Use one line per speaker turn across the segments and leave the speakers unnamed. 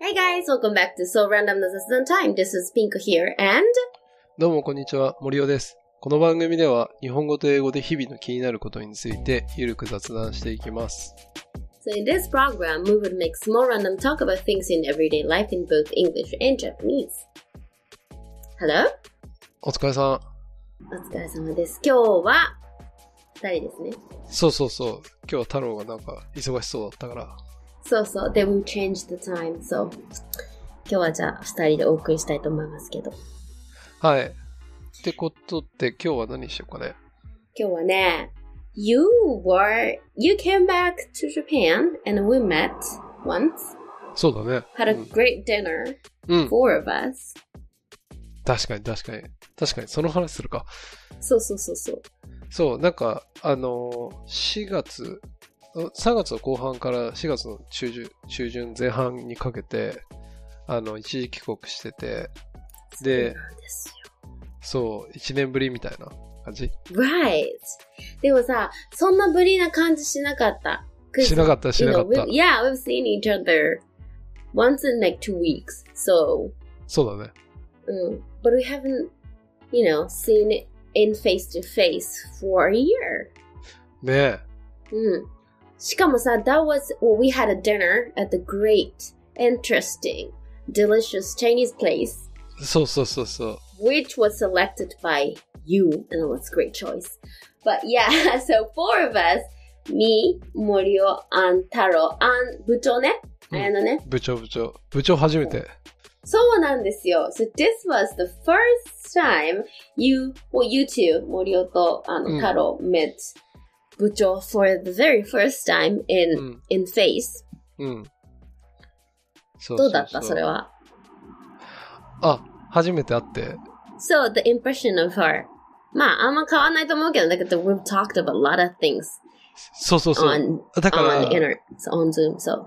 Hey guys, welcome back to So Random This Is Time. This is Pink here and
どうもこんにちは、森尾です。この番組では日本語と英語で日々の気になることについてゆるく雑談していきます。
so in this program we would make small random talk about things in everyday life in both English and Japanese. Hello?
お疲れさ
お疲れ様です。今日は二人ですね。
ん。そうそうそう。今日は太郎がなんか忙しそうだったから。
そうそう。They will change the time. So 今日はじゃあ二人でお送りしたいと思いますけど。
はい。ってことって今日は何しようかね。
今日はね、You were, you came back to Japan and we met once,
そうだね。
had a great dinner,
うん。うん。
four of us.
確かに確かに。確かにその話するか。
そうそうそうそう。
そう、なんか、あのー、4月、3月の後半から4月の中旬、中旬前半にかけて、あの、一時帰国してて、で
そうなんです
そう、1年ぶりみたいな感じ
Right. でもさ、そんなぶりな感じしなかった。
しなかった、し
You
なか
know,
っ
we,
た。
yeah, we've seen each other once in like two weeks. So,
そうだね。
um, but we haven't, you know, seen it in face to face for a year.
ねえ。
うん。しかもさ、that was, well, we had a dinner at the great, interesting, delicious Chinese place,
そうそうそうそう。
which was selected by you, and it was a great choice. But yeah, so four of us, me, Morio, and Taro, and 部長ね。
うん
あのね。
部長部長。部長初めて。
そうなんですよ。So this was the first time you, well, you two, 森尾とあ
う
の、
ん
太郎 met 部長 for the very first time
う
in,
ん。
in face.
うん。そ
どうだったそれ
は。
は。
あ、初めて会って。
So the impression of her. まあ、あんま変わんないと思うけど、だけど we've talked about a lot of things
そうそうそう。
on,
だから
on, inter, on Zoom. So.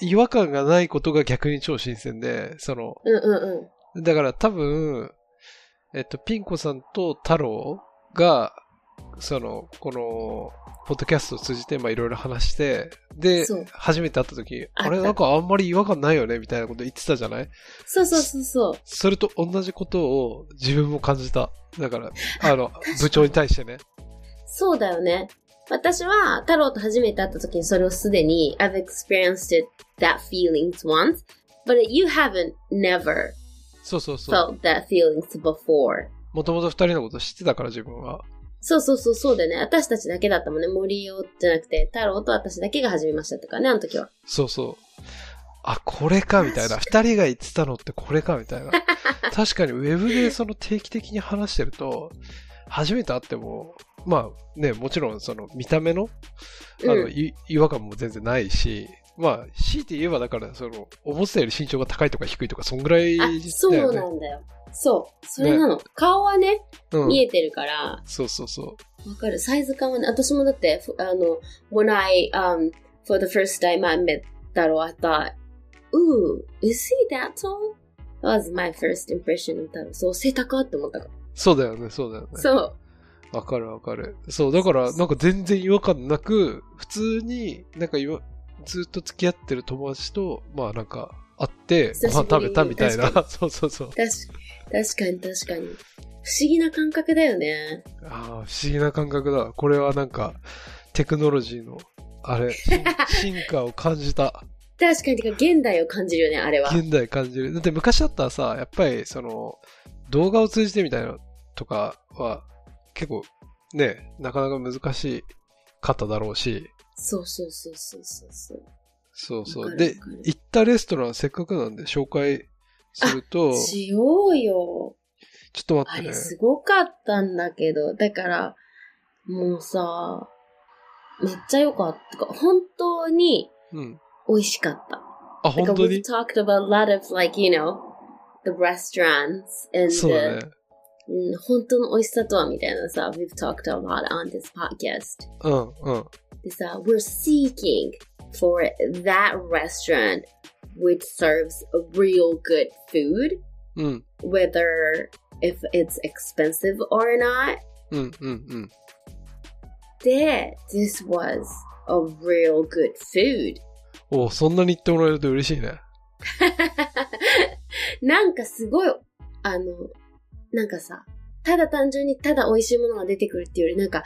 違和感がないことが逆に超新鮮で、その、
うんうんうん。
だから多分、えっと、ピン子さんと太郎が、その、この、ポッドキャストを通じて、まあ、いろいろ話して、で
そう、
初めて会った時、
た
あれ、なんかあんまり違和感ないよね、みたいなこと言ってたじゃない
そうそうそうそう。
それと同じことを自分も感じた。だから、あ の、部長に対してね。
そうだよね。私は、太郎と初めて会った時にそれをすでに、I've experienced it, that feelings once, but you haven't never
そうそうそう。
felt that feelings before.
もともと二人のこと知ってたから、自分は。
そうそうそう、そうだよね。私たちだけだったもんね。森尾じゃなくて、太郎と私だけが始めましたとかね、あの時は。
そうそう。あ、これか、みたいな。二人が言ってたのってこれか、み たいな。確かに、ウェブでその定期的に話してると、初めて会っても、まあね、もちろんその見た目のあの、
うん
い違和感も全然ないし、まあ、強いて言えばだから、その、思ってたより身長が高いとか低いとか、そんぐらいだ
あ
よ、ね。
そうなんだよ。そう。それなの。顔はね、
うん
見えてるから、
そうそうそう。
わかる。サイズ感はね、私もだって、ふあの、when I, um, for the first time I met だろう、I thought, ooh, is he that tall? That was my first impression of だろう。そう、背高って思ったか
そうだよね、そうだよね
ら。。そう。
わかるわかる。そう、だから、なんか全然違和感なく、普通に、なんか今、ずっと付き合ってる友達と、まあなんか、会って、
久
ご
し
飯
ぶりに
食べたみたいな
確か。
そうそうそう。
確確かに確かに。不思議な感覚だよね。
ああ、不思議な感覚だ。これはなんか、テクノロジーの、あれ、 進進化を感じた。
確かに、てか現代を感じるよね、あれは。
現代感じる。だって昔だったらさ、やっぱり、その、動画を通じてみたいなとかは、結構、ね、なかなか難しかっただろうし、
そうそうそうそうそうそう。
そうそ
わ
う。
かる
で
わかる、
行ったレストランせっかくなんで紹介すると、ち
しようよ。
ょっと
あ
待って
れ
ね。
すごかったんだけど、だから、もうさ、めっちゃ良かった。本当に
うん。
美味しかった。
あ、本当
Like,
に
we've talked about a lot of like, you know, the restaurants and
そうだね
the,、。うん本当の美味しさとはみたいなさ、we've talked a lot on this podcast.
うん、うん。
でさ、we're seeking for that restaurant which serves real good food,
うん、
whether if it's expensive or not.
うん、うん、うん。
there, this was a real good food.
おそんなに言ってもらえると嬉しいね。
なんかすごい、あの、なんかさ、ただ単純にただ美味しいものが出てくるっていうより、なんか、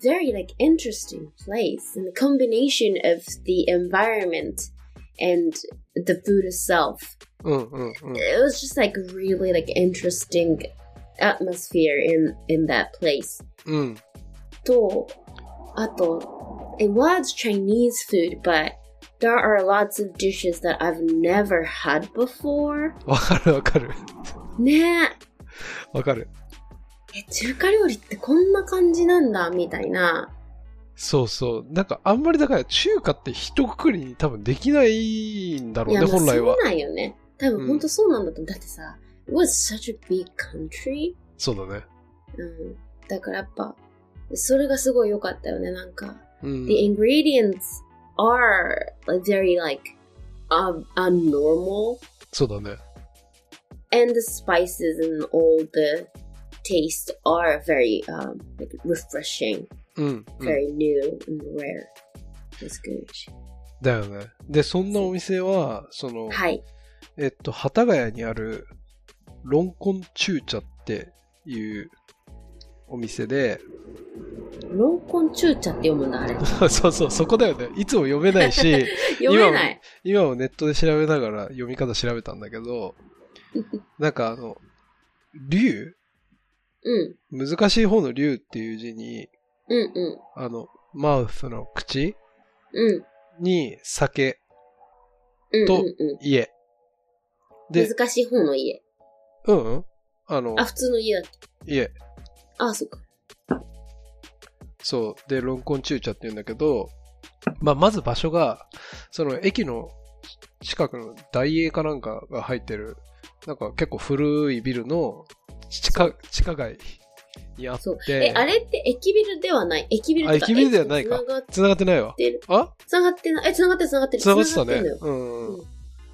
very like interesting place and the combination of the environment and the food itself.
うんうんうん。
It was just like really like interesting atmosphere in in that place.
うん。
と、あと、it was Chinese food, but there are lots of dishes that I've never had before.
わかるわかる。
ね
わかる。
え、え中華料理ってこんな感じなんだ、みたいな。
そうそう。なんかあんまりだから中華って一括りに多分できないんだろ
いうや、
ね、
まあ
本来は
そう。なんよね。多
う
分
ん
本当そうなんだと思う。だってさ、it was such a big country.
そうだね。
うん。だからやっぱ、それがすごい良かったよね、なんか。
うん。
The ingredients are like very like, um, unnormal.
そうだね。
and the spices and all the taste are very um like refreshing,
うん、うん。
very new and rare. That's good.
だよね。で、そんなお店は、その、
はい。
えっと、幡ヶ谷にある、ロンコンチューチャっていうお店で、
ロンコンチューチャって読むんだ、あれ。
そうそう、そこだよね。いつも読めない し、
読めない。
今もネットで調べながら読み方調べたんだけ ど、なんかあの、竜
うん。
難しい方の竜っていう字に、
うんうん。
あの、マウスの口
うん。
に酒、
うん
と
うんう
家。
ん、
で、
難しい方の家。
うん、うん、あの、
あ、普通の家だっけ
家。
あ、そっか。
そう。で、ロンコンチューチャって言うんだけど、まあ、まず場所が、その駅の近くの大英かなんかが入ってる、なんか結構古いビルの地下、地下街にあっ
そう。え、
て、
あれって駅ビルではない。駅ビルとか
あ駅ビルではないか
繋がっ
繋がってないわ。
てる。
あ
繋がってない。え、繋がってる繋がってる。
繋がってた
繋
ね
んのよ。
うんうん。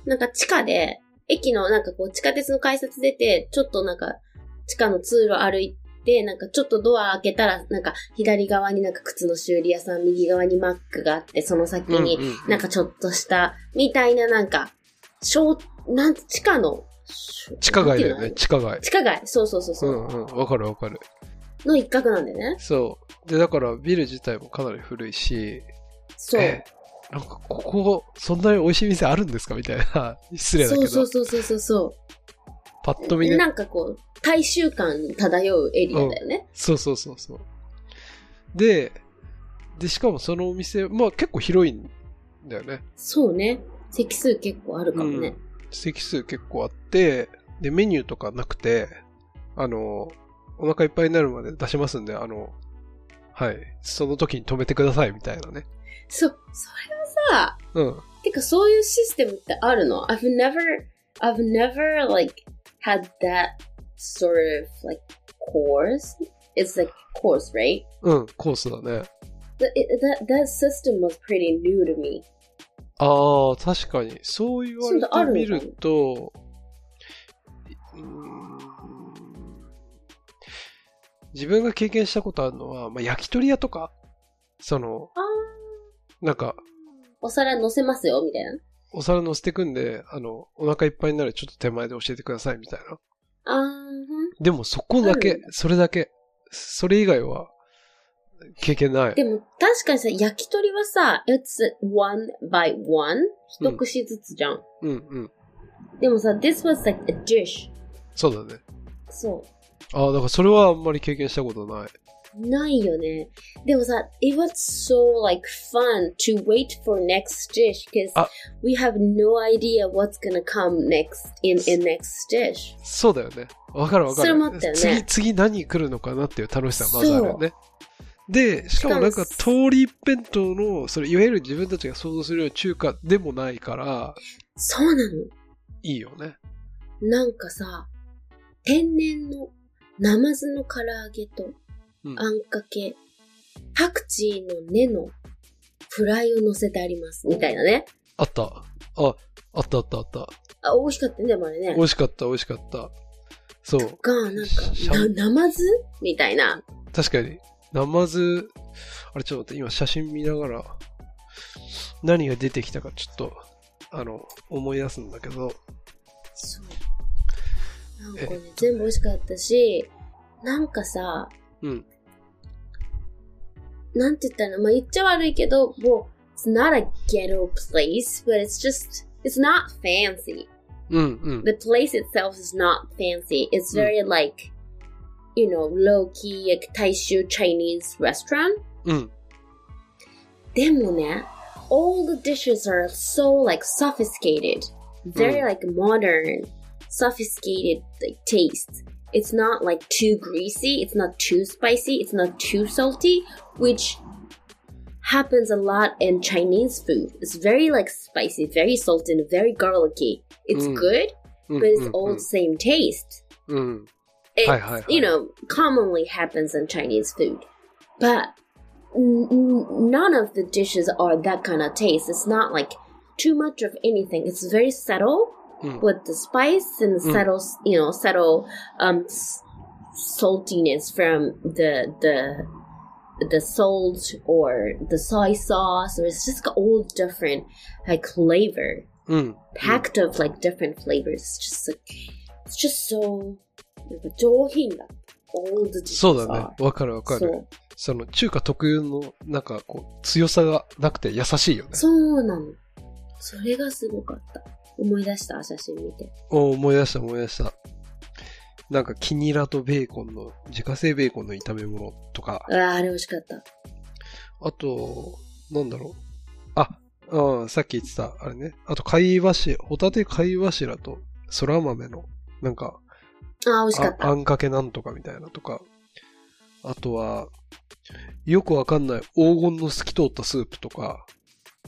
なんか地下で、駅のなんかこう地下鉄の改札出て、ちょっとなんか地下の通路歩いて、なんかちょっとドア開けたら、なんか左側になんか靴の修理屋さん、右側にマックがあって、その先
うん
に
うん
なんかちょっとした、みたいななんか、小、なん、地下の、小
地下街だよ
なん
ね、
て
地下街
いうの。地下街、そうそうそう
う
そう、
んうん、わかるわかる。
の一角なんだよね。
そう。で、だからビル自体もかなり古いし、
そう。
えなんかここ、そんなに美味しい店あるんですかみたいな、失礼だ
そ
け
う
ど、
そうそうそうそうそ
パッと
う。
見ね
なんかこう、大衆感漂うエリアだよね。
そうそうそうそう。で、で、しかもそのお店、まあ結構広いんだよね。
そうね。席数結構あるかもね。
席数結構あって、で、メニューとかなくて、あの、お腹いっぱいになるまで出しますんで、あの、はい、その時に止めてくださいみたいなね。
そ、それはさ、
うん。
てかそういうシステムってあるの ?I've never, I've never like had that sort of like course. It's like course, right?
うん、コースだね。
That, it, that, that system was pretty new to me.
ああ、確かに。そう言わ
そ
れて
うだあるの
みると、うーん自分が経験したことあるのは、まあ、焼き鳥屋とか、その、
あー
なんか、
お皿乗せますよ、みたいな。
お皿乗せてくんで、あの、お腹いっぱいになるちょっと手前で教えてくださいみたいな。
あーん
でもそこだ
あ
け
るん、
それだけ、それ以外は、経験ない。
でも確かにさ、焼き鳥はさ、it's one by one?
うん
一口ずつじゃん。
うんうん。
でもさ、this was like a dish.
そうだね。
そう。
ああ、だからそれはあんまり経験したことない。
ないよね。でもさ、it was so like fun to wait for next dish because
あ
we have no idea what's gonna come next in in next dish.
そうだよね。わかるわかる。
それもあったよね
次、次何来るのかなっていう楽しさはまずあるよね。で、しかもなんか
しか
通り一辺倒の、それいわゆる自分たちが想像するような中華でもないから、
そうなの。
いいよね。
なんかさ、天然のナマズの唐揚げと
うん
あんかけ、パクチーの根のフライを乗せてあります。みたいなね。
あった。あ、あったあったあった。
あ、美味しかったね、でもあれね
美。味しかった美味しかった。そう。
が、なんか
しゃ、
なナマズみたいな。
確かに。ナマズ、あれちょっと待って、今写真見ながら、何が出てきたかちょっとあの、思い出すんだけど、
そう。なん
え
か
っ
ね、全部美味しかったし、なんかさ、
うん。
なんて言ったらいいの、まあ、言っちゃ悪いけど、もう、it's not a ghetto place, but it's just, it's not fancy.
うんうん。
The place itself is not fancy. It's very like, you know, low key, like Taishu Chinese restaurant.
うん。
でもね all the dishes are so like sophisticated, very like modern, sophisticated like taste. It's not like too greasy, it's not too spicy, it's not too salty, which happens a lot in Chinese food. It's very like spicy, very salty, and very garlicky. It's
Mm.
good,
うん
but it's
うん
all the same taste.
うん。
It,
Hi, hi, hi.
you know, commonly happens in Chinese food. But n- n- none of the dishes are that kind of taste. It's not like too much of anything. It's very subtle
うん。
with the spice and
Mm.
subtle, s- you know, subtle um, s- saltiness from the the the salt or the soy sauce. Or it's just got all different like flavor
うん。
packed of like different flavors. It's just like it's just so 上品だ all the
そうだ
are.
ね。わかるわかる。その、中華特有の、なんかこう、強さがなくて優しいよね。
そうそうなのそれがすごかった思い出した写真見てうん
お思い出した思い出した。なんか、キニラとベーコンの、自家製ベーコンの炒め物とか、あと、なんだろう。あ、うん、さっき言ってた、あれね。あと、貝柱、ホタテ貝柱と、そら豆の、なんか、ああんかけなんとかみたいなとか、あとは、よくわかんない黄金の透き通ったスープとか、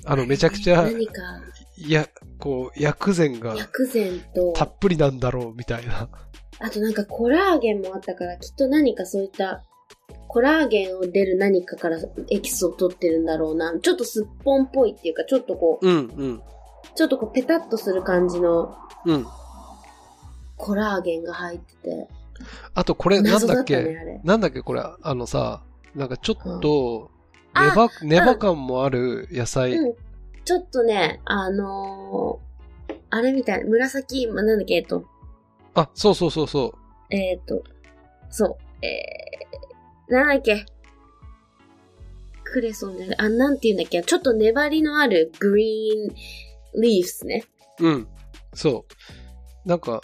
あの、めちゃくちゃ、いや、こう、薬膳がたっぷりなんだろうみたいな。
あとなんかコラーゲンもあったから、きっと何かそういった、コラーゲンを出る何かからエキスを取ってるんだろうな。ちょっとすっぽんっぽいっていうか、ちょっとこ
うん、うん、
う、ちょっとこうペタッとする感じの
うん。
コラーゲンが入ってて。
あと、これ、なん
謎
だ
だ
っ
った
け、
ね、あれ。
なんだっけ、これ、あのさ、なんかちょっと、
うん
ネバ、ネバ感もある野菜。
うん。ちょっとね、あのー、あれみたいな、紫、まなんだっけ、えっと、
あ、そうそうそうそ
えっと、そう、えー、なんだっけ。クレソンじゃない、あ、なんて言うんだっけ。ちょっと粘りのあるグリーンリーフスね。
う。うん。そう。なんか、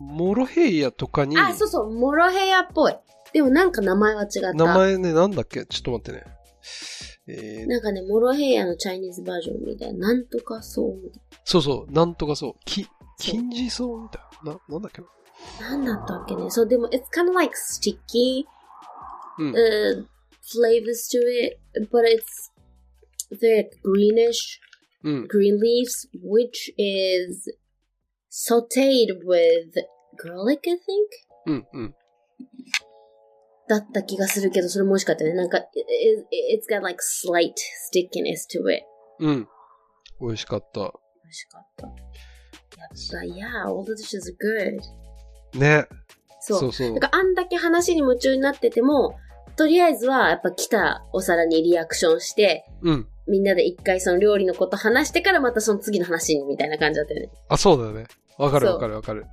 モロヘイヤとかに、
あ、そうそう、モロヘイヤっぽい。でもなんか名前は違った。
名前ね、なんだっけちょっと待ってね。えー、
なんかね、モロヘイヤのチャイニーズバージョンみたいな。なんとかそう。
そうそう、なんとかそう。き、金地草みたいな。な、なんだっけ
な
な
んだったっけね。そう、でも、it's kind of like sticky、
うん
uh, flavors to it, but it's very greenish,
うん。
green leaves, which is sauteed with garlic, I think?
うん、うん。
だった気がするけど、それも美味しかったね。なんか、it- it- it's got like slight stickiness to it.
うん。美味しかった。
美味しかった。やっぱ、いや、all the dishes are good.
ね。
そう。
そうそう
なん。かあんだけ話に夢中になってても、とりあえずはやっぱ来たお皿にリアクションして、
うん。
みんなで一回その料理のこと話してからまたその次の話にみたいな感じだったよね。
あ、そうだよね。わかる
そう
わかるわ かる。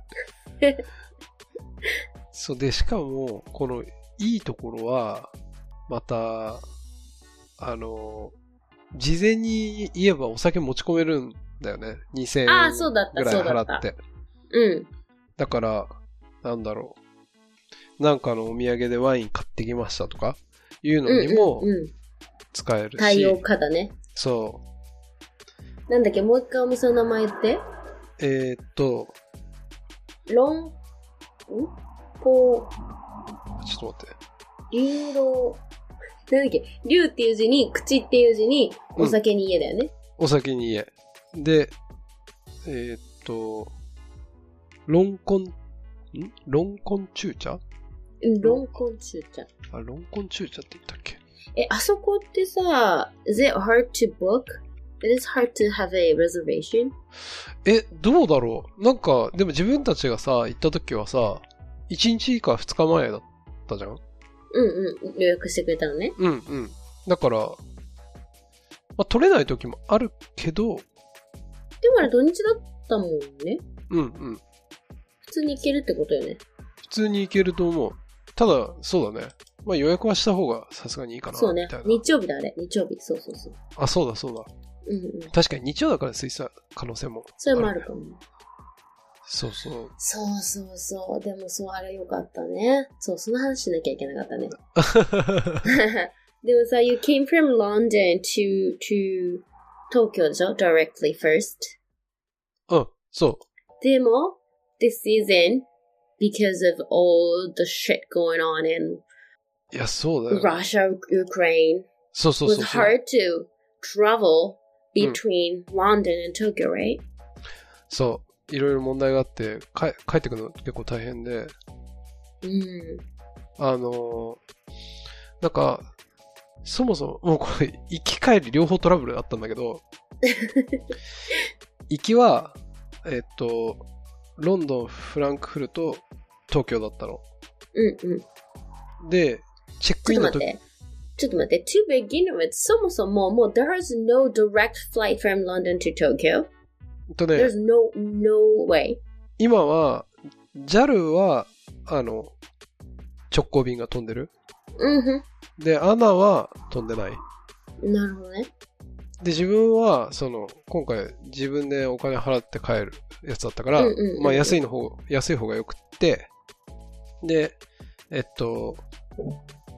そうで、しかも、この、いいところは、また、あの、事前に言えばお酒持ち込めるんだよね。2000円
あーそうだった
ぐらい
そうだった
払って。
うん。
だから、なんだろう。なんかのお土産でワイン買ってきましたとか、いうのにも
うんうんうん、
使えるし。
対応かだね。
そ
なんだっけ、もう一回お店の名前言って。
う。えーっと、
ロン、んポ
ちょっと待って。
リュウロウ。なんだっけ、リュウっていう字に、口っていう字に、
うん
お酒に家だよね。
お先に言え。で、えーっと、ロンコン、んロンコンチューチャ
うん、ロンコンチューちゃん。
あ、ロンコンチューチャって言ったっけ
え、あそこってさ、is it hard to book? It is hard to have a reservation?
え、どうだろうなんか、でも自分たちがさ、行った時はさ、1日か2日前だったじゃん
うんうん、予約してくれたのね。
うんうん。だから、まあ、取れない時もあるけど、
でもあれ土日だったもんね。
うんうん。
普通に行けるってことよね。
普通に行けると思う。ただ、そうだね。まあ予約はした方がさすがにいいかな。
そうね
みたい。な
日曜日だ、あれ。日曜日。そうそうそう。
あ、そうだそうだ。
うんうん。
確かに日曜だから空いてた可能性も。
それもあるかも。
そうそう。
そうそうそう。でもそう、あれよかったね。そう、その話しなきゃいけなかった ね。でもさ、you came from London to, to 東京でしょ ?directly first.
うん、そ
でも、this season, because of all the shit going on in
う。いや、そうだよ、ね。
Russia, Ukraine,
そうそうそう
was
そう。
hard to travel between London and Tokyo, right?
そう。いろいろ問題があって、か帰ってくるの結構大変で、
うん。
あのーなんか、そもそも、もうこれ、行き帰り両方トラブルあったんだ けど、行きは、えっと、ロンドン、フランクフルト、東京だったの。
うんうん。
で、チェック
ち
イ
ょ
ン
っ
の
と待っ
時、
て。ちょっと待って。To begin with, そもそも、もう、there is no direct flight from London to Tokyo.
とね
There's、no, no way.
今は、JAL は、あの、直行便が飛んでる。
うん
で、アナは飛んでない。
ふん。なるほどね。
で、自分は、その、今回自分でお金払って帰るやつだったから、
うんうんうんうん
まあ安いの方、安い方がよくって、で、えっと、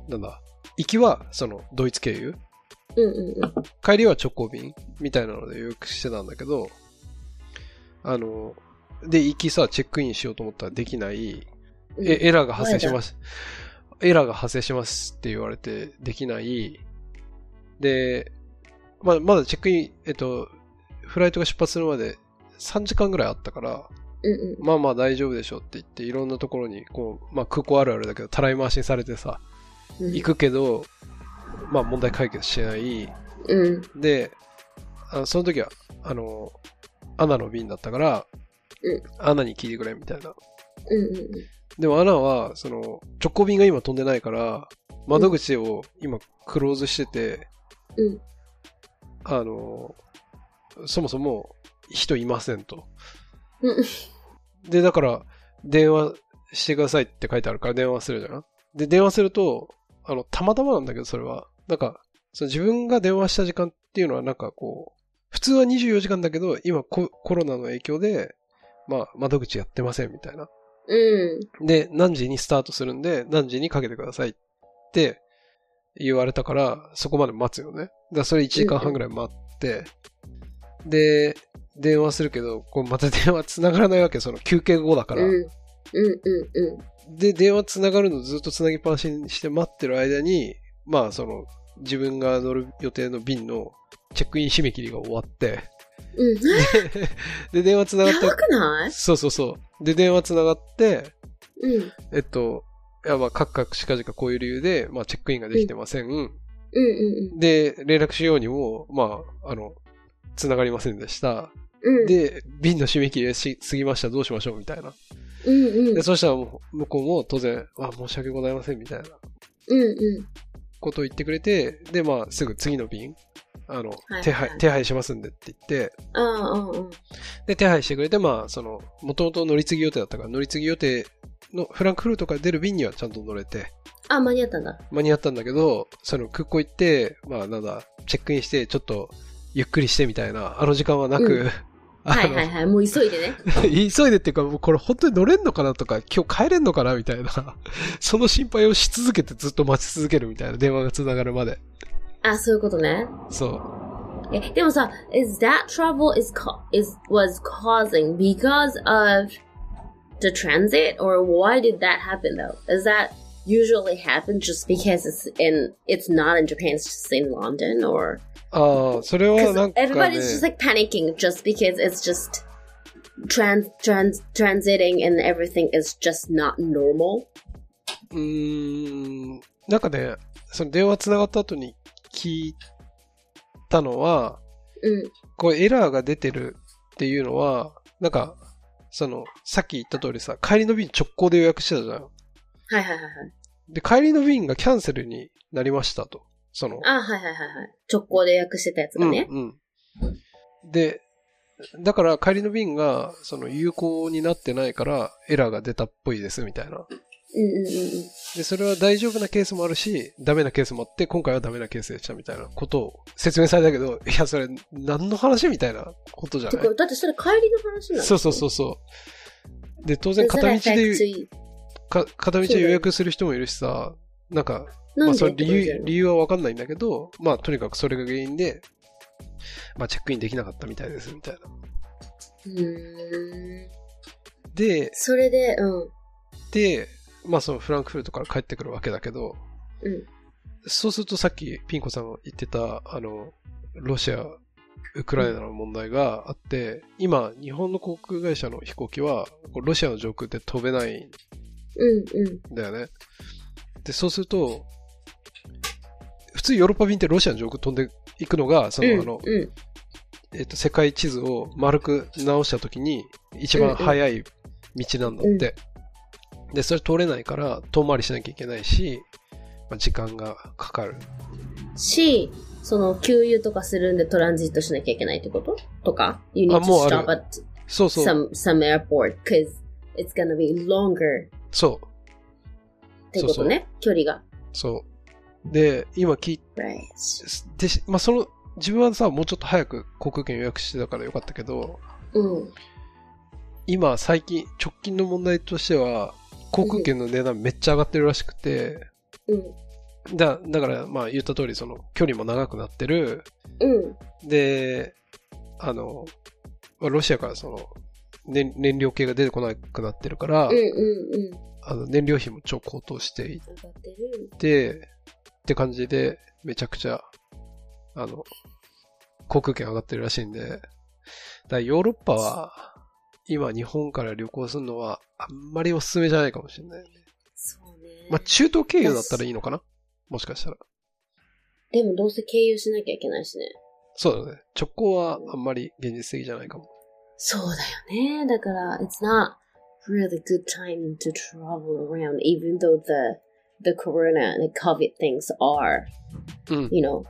なんだ、行きは、その、ドイツ経由、
うんうんうん。
帰りは直行便みたいなので予約してたんだけど、あの、で、行きさ、チェックインしようと思ったらできない、
うん
えエラーが発生します。エラーが発生しますって言われてできない。で、まあ、まだチェックイン、えっと、フライトが出発するまで3時間ぐらいあったから、
うんうん。
まあまあ大丈夫でしょうって言って、いろんなところに、こう、まあ空港あるあるだけど、たらい回しにされてさ、
うん
行くけど、まあ問題解決しない。
うん
で、あその時は、あの、アナの便だったから、
うん
アナに聞いてくれみたいな
うんうん
でもアナは、その、直行便が今飛んでないから、窓口を今クローズしてて、
うん
あの、そもそも人いませんと。
うん
で、だから、電話してくださいって書いてあるから電話するじゃん。で、電話すると、あの、たまたまなんだけど、それは。なんか、その自分が電話した時間っていうのは、なんかこう、普通は24時間だけど、今ココロナの影響で、まあ、窓口やってませんみたいな。
うん。
で、何時にスタートするんで、何時にかけてくださいって言われたから、そこまで待つよね。だからそれ1時間半ぐらい待って、で、電話するけど、こうまた電話繋がらないわけ、その休憩後だから。
うんうんうんうん。
で、電話繋がるのずっと繋ぎっぱなしにして待ってる間に、まあその、自分が乗る予定の便のチェックイン締め切りが終わって、
うん。
で、電話繋がっ
やば
た。
くない
そうそうそう。で、電話繋がって、
うん。
えっと、いやまあ、カクカクしかじかこういう理由で、まあ、チェックインができてません。
うんうん
で、連絡しようにも、まあ、あの、つながりませんでした。
うん。うん。
で、便の締め切りがし過ぎました。どうしましょうみたいな。
うんうん。
で、そしたらもう、向こうも当然、あ、申し訳ございません、みたいな
うんうん。
ことを言ってくれて、で、まあ、すぐ次の便、あの、
はい
手配、手配しますんでって言って、
ああ、うんうん。
で、手配してくれて、まあ、その、もともと乗り継ぎ予定だったから、乗り継ぎ予定のフランクフルトから出る便にはちゃんと乗れて、
あ、間に合ったんだ。
間に合ったんだけど、その空港行って、まあなんだ、チェックインして、ちょっとゆっくりしてみたいな、あの時間はなく、
う
あの
はいはいはい。もう急いでね。
急いでっていうか、もうこれ本当に乗れんのかなとか、今日帰れんのかなみ たいな、その心配をし続けてずっと待ち続けるみたいな、電話が繋がるまで。
あ、そういうことね。
そう。
え、でもさ、is that trouble is ca- is was causing because of the transit or why did that happen though? Is that usually happen just because it's in it's not in Japan, it's just in London or
ああ、それは
because
なんか、ね
everybody's just like panicking just because it's just trans trans transiting and everything is just not normal.
うーん、なんかね、その電話繋がった後に聞いたのは、
うん、
こうエラーが出てるっていうのは、なんか、その、さっき言った通りさ、帰りの便直行で予約してたじゃん。
はいはいはいはい。
で、帰りの便がキャンセルになりましたと。その、
あ、はいはいはいはい。直行で訳してたやつ
う
が
ん、
ね。
うん。で、だから帰りの便が、その有効になってないからエラーが出たっぽいですみたいな。
うんうんうん
で、それは大丈夫なケースもあるし、ダメなケースもあって、今回はダメなケースでしたみたいなことを説明されたけど、いや、それ何の話みたいなことじゃ
て
な
か
い
だってそれ帰りの話なの
そうそうそうそう。で、当然片道で、
で
か片道で予約する人もいるしさ、なんか、
な
ま
ん
あ、
で
そ
っ
れ
て
理
感じなの
由理由は分かんないんだけど、まあ、とにかくそれが原因で、まあ、チェックインできなかったみたいですみたいな。
うーん
で、
それでうん
で、まあ、そのフランクフルトから帰ってくるわけだけど、
うん
そうするとさっきピン子さんが言ってた、あの、ロシア、ウクライナの問題があって、今、日本の航空会社の飛行機は、こうロシアの上空で飛べない
う
ん
んうん
だよね。で、そうすると、普通ヨーロッパ便ってロシアの上空飛んでいくのが、その、
うん
あの、
うん
えっと、世界地図を丸く直したときに、一番早い道なんだって。で、それ通れないから、遠回りしなきゃいけないし、まあ、時間がかかる。
しその給油とかするんでトランジットしなきゃいけないってこととか You need
あ
to
もうある
stop at
そうそう。
some, some airport because it's gonna be longer
そう。
ってことね距離が
そう。で、今聞い
Right
てし、まあ、その、自分はさ、もうちょっと早く航空券予約してたからよかったけど、
うん
今、最近、直近の問題としては、航空券の値段めっちゃ上がってるらしくて、
うん
だだから、まあ、言った通り、その、距離も長くなってる。
うん
で、あの、まあロシアからその、燃燃料系が出てこなくなってるから、
うんうんうん
あの燃料費も超高騰してい
上がってる
って、って感じで、めちゃくちゃ、あの、航空券上がってるらしいんで、だからヨーロッパは、今日本から旅行するのは、あんまりおすすめじゃないかもしれない。
そうね
まあ、中東経由だったらいいのかなもしかしたら。
でもどうせ経由しなきゃいけないしね
そうだね。直行はあんまり現実的じゃないかも。
そうだよね。だから、it's not really good time to travel around, even though the the corona and the COVID things are,
うん。
you know,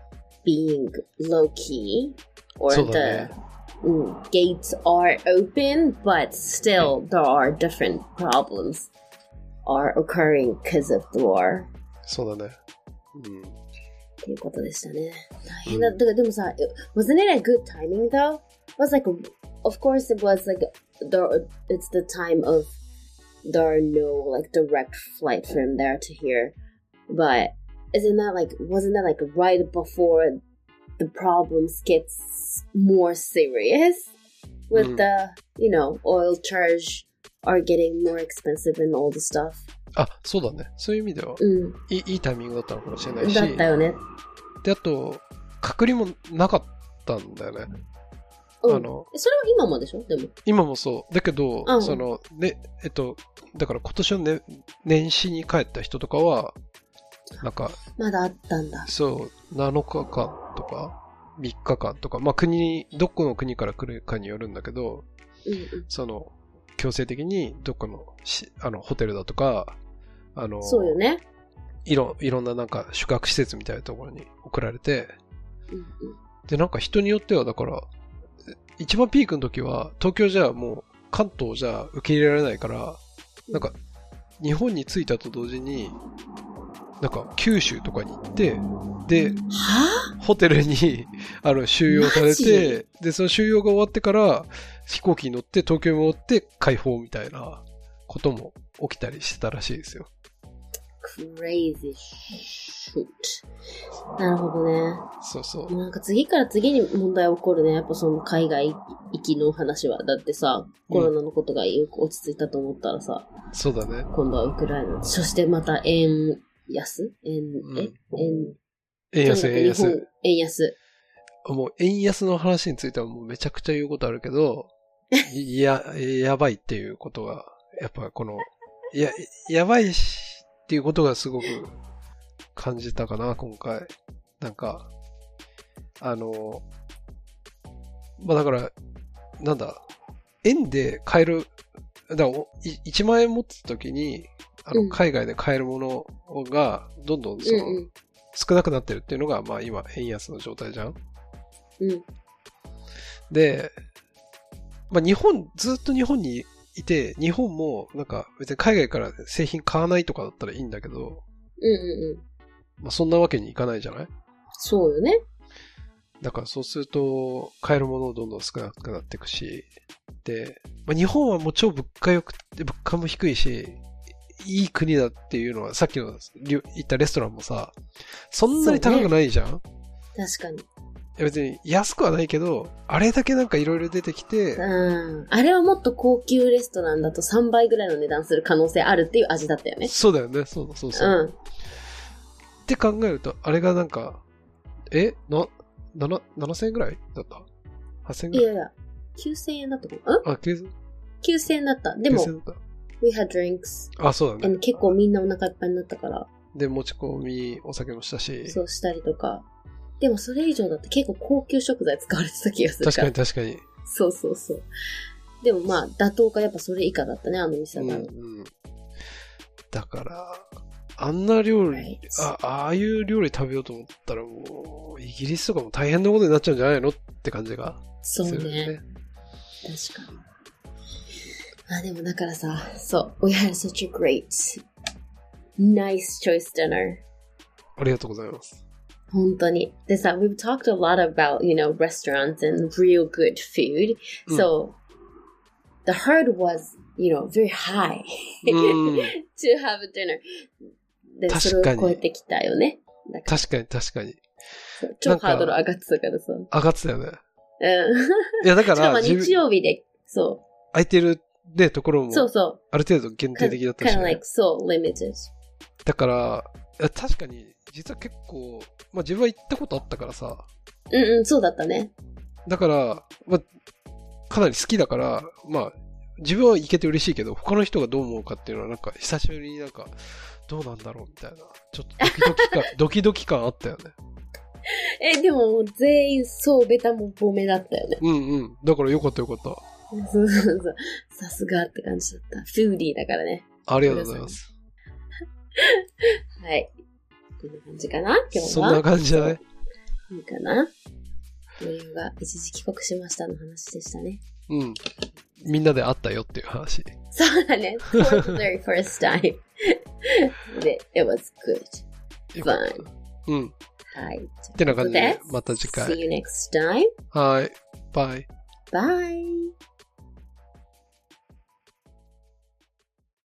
being low key or
そう
the
だね。
mm, gates are open, but still there are different problems are occurring because of the war.
そうだね。うん。
っていうことでしたね。大変
う
だ。
ん
だからでもさ、it- wasn't it a good timing though? It was like, of course it was like, there, it's the time of, there are no like direct flight from there to here. But isn't that like, wasn't that like right before the problems gets more serious with
Mm.
the, you know, oil charge are getting more expensive and all the stuff? Mm,
あ、そうだね。そういう意味では、
うん。
いいいいタイミングだったのかもしれないし、
だったよね。
で、あと、隔離もなかったんだよね。
うん
あの、
それは Oh. 今もでしょでも。
今もそう。だけど、
うん
その、ね、えっと、だから今年の、ね、年始に帰った人とかは、なんか、
まだあったんだ。
そう、7日間とか、3日間とか、まあ国、どこの国から来るかによるんだけど、
うんうん
その、強制的にどっかのし、あの、ホテルだとか、あの、
そうよね。
いろ、いろんななんか宿泊施設みたいなところに送られて、
うんうん
で、なんか人によってはだから、一番ピークの時は、東京じゃもう関東じゃ受け入れられないから、なんか、日本に着いたと同時に、なんか九州とかに行って、で、
は
ホテルに あの収容されて、で、その収容が終わってから飛行機に乗って東京に戻って解放みたいなことも起きたりしてたらしいですよ。
ぁ ?crazy shoot. なるほどね。
そうそう。
なんか次から次に問題起こるね。やっぱその海外行きの話は。だってさ、コロナのことがよく落ち着いたと思ったらさ、
そうだね。
今度はウクライナ。そしてまた円安円、
うん
え円、
円安、
とにかく
円
日本
安。。
円安。
もう円安の話についてはもうめちゃくちゃ言うことあるけど、 いや、やばいっていうことが、やっぱこの、いや、やばいしっていうことがすごく感じたかな、今回。なんか、あの、まあだから、なんだ、円で買える、だからおい1万円持ってた時に、あ
う
の、
ん
海外で買えるものが、どんどん
う
そ
ん
の、少なくなってるっていうのが、まあ今、円安の状態じゃん。
うん。うん。
で、まあ、日本、ずっと日本にいて、日本も、なんか、別に海外から製品買わないとかだったらいいんだけど、
うんうんうん。
まあ、そんなわけにいかないじゃない
そうよね。
だからそうすると、買えるものをどんどん少なくなっていくし、で、まあ、日本はもう超物価よくて、物価も低いし、いい国だっていうのは、さっきのりゅ行ったレストランもさ、そんなに高くないじゃん、
確かに。
いや別に安くはないけど、あれだけなんかいろいろ出てきて、
うん。あれはもっと高級レストランだと3倍ぐらいの値段する可能性あるっていう味だったよね。
そうだよね、そうだそうそうう。
ん。
って考えると、あれがなんか、えな、なな、7000円ぐらいだった ?8000 円
い
ぐら
や
い
いや、9000円だったかな
あ、9000
?9000 円だった。でも、
円だっ
we had drinks.
た。あ、そうだね。
and 結構みんなお腹いっぱいになったから、
で、持ち込み、お酒もしたし、
そうしたりとか。でもそれ以上だって結構高級食材使われてた気がする
確
か。
からに確かに。
そうそうそう。でもまあ、妥当かやっぱそれ以下だったね、あの店
う
は
ん
多
う
分。
ん。だから、あんな料理
Right、
あ、ああいう料理食べようと思ったらもう、イギリスとかも大変なことになっちゃうんじゃないのって感じがす
そう
るよ
ね。
ね。
確かに。あ、でもだからさ、そう。We had such a great, nice choice dinner.
ありがとうございます。
本当に。でさ、we've talked a lot about, you know, restaurants and real good food.
うん
So, the herd was, you know, very high
うん。
to have a dinner. で、
確
それ
か
を
に
超えてきたよね。だから
確かに確かに。
そう超
なんか
ハードル上がってたからさ。うん。
上がってたよね。
し
いや、だか
からも
ら、
日曜日で、そ
空いてるね、ところ
う。
も、
そうそ
ある程度限
う。
定的だった
kind
し、
of
ね
like, そう、limited.
だから、いや確かに、実は結構、まあ自分は行ったことあったからさ、
うんうん、そうだったね。
だから、まあ、かなり好きだから、まあ、自分は行けて嬉しいけど、他の人がどう思うかっていうのは、なんか、久しぶりになんか、どうなんだろうみたいな、ちょっとドキド キ感、ドキドキ感あったよね。
え、でも、全員、そう、ベタもボメだったよね。
うんうん。だからよかったよかった。
そうそうそう。さすがって感じだった。フーディーだからね。
ありがとうございます。
はい。こんな感じかな今日
そ
は。
んな感じじゃない
いいかな余裕が一時帰国しましたの話でしたね。
うん。みんなで会ったよっていう話。
そうだね。For the very first time. で、it was good.
よかったうん。っ
はい。
てな感じで
というこ、と
また次回。
See you next time.
はい。バイ。
Bye.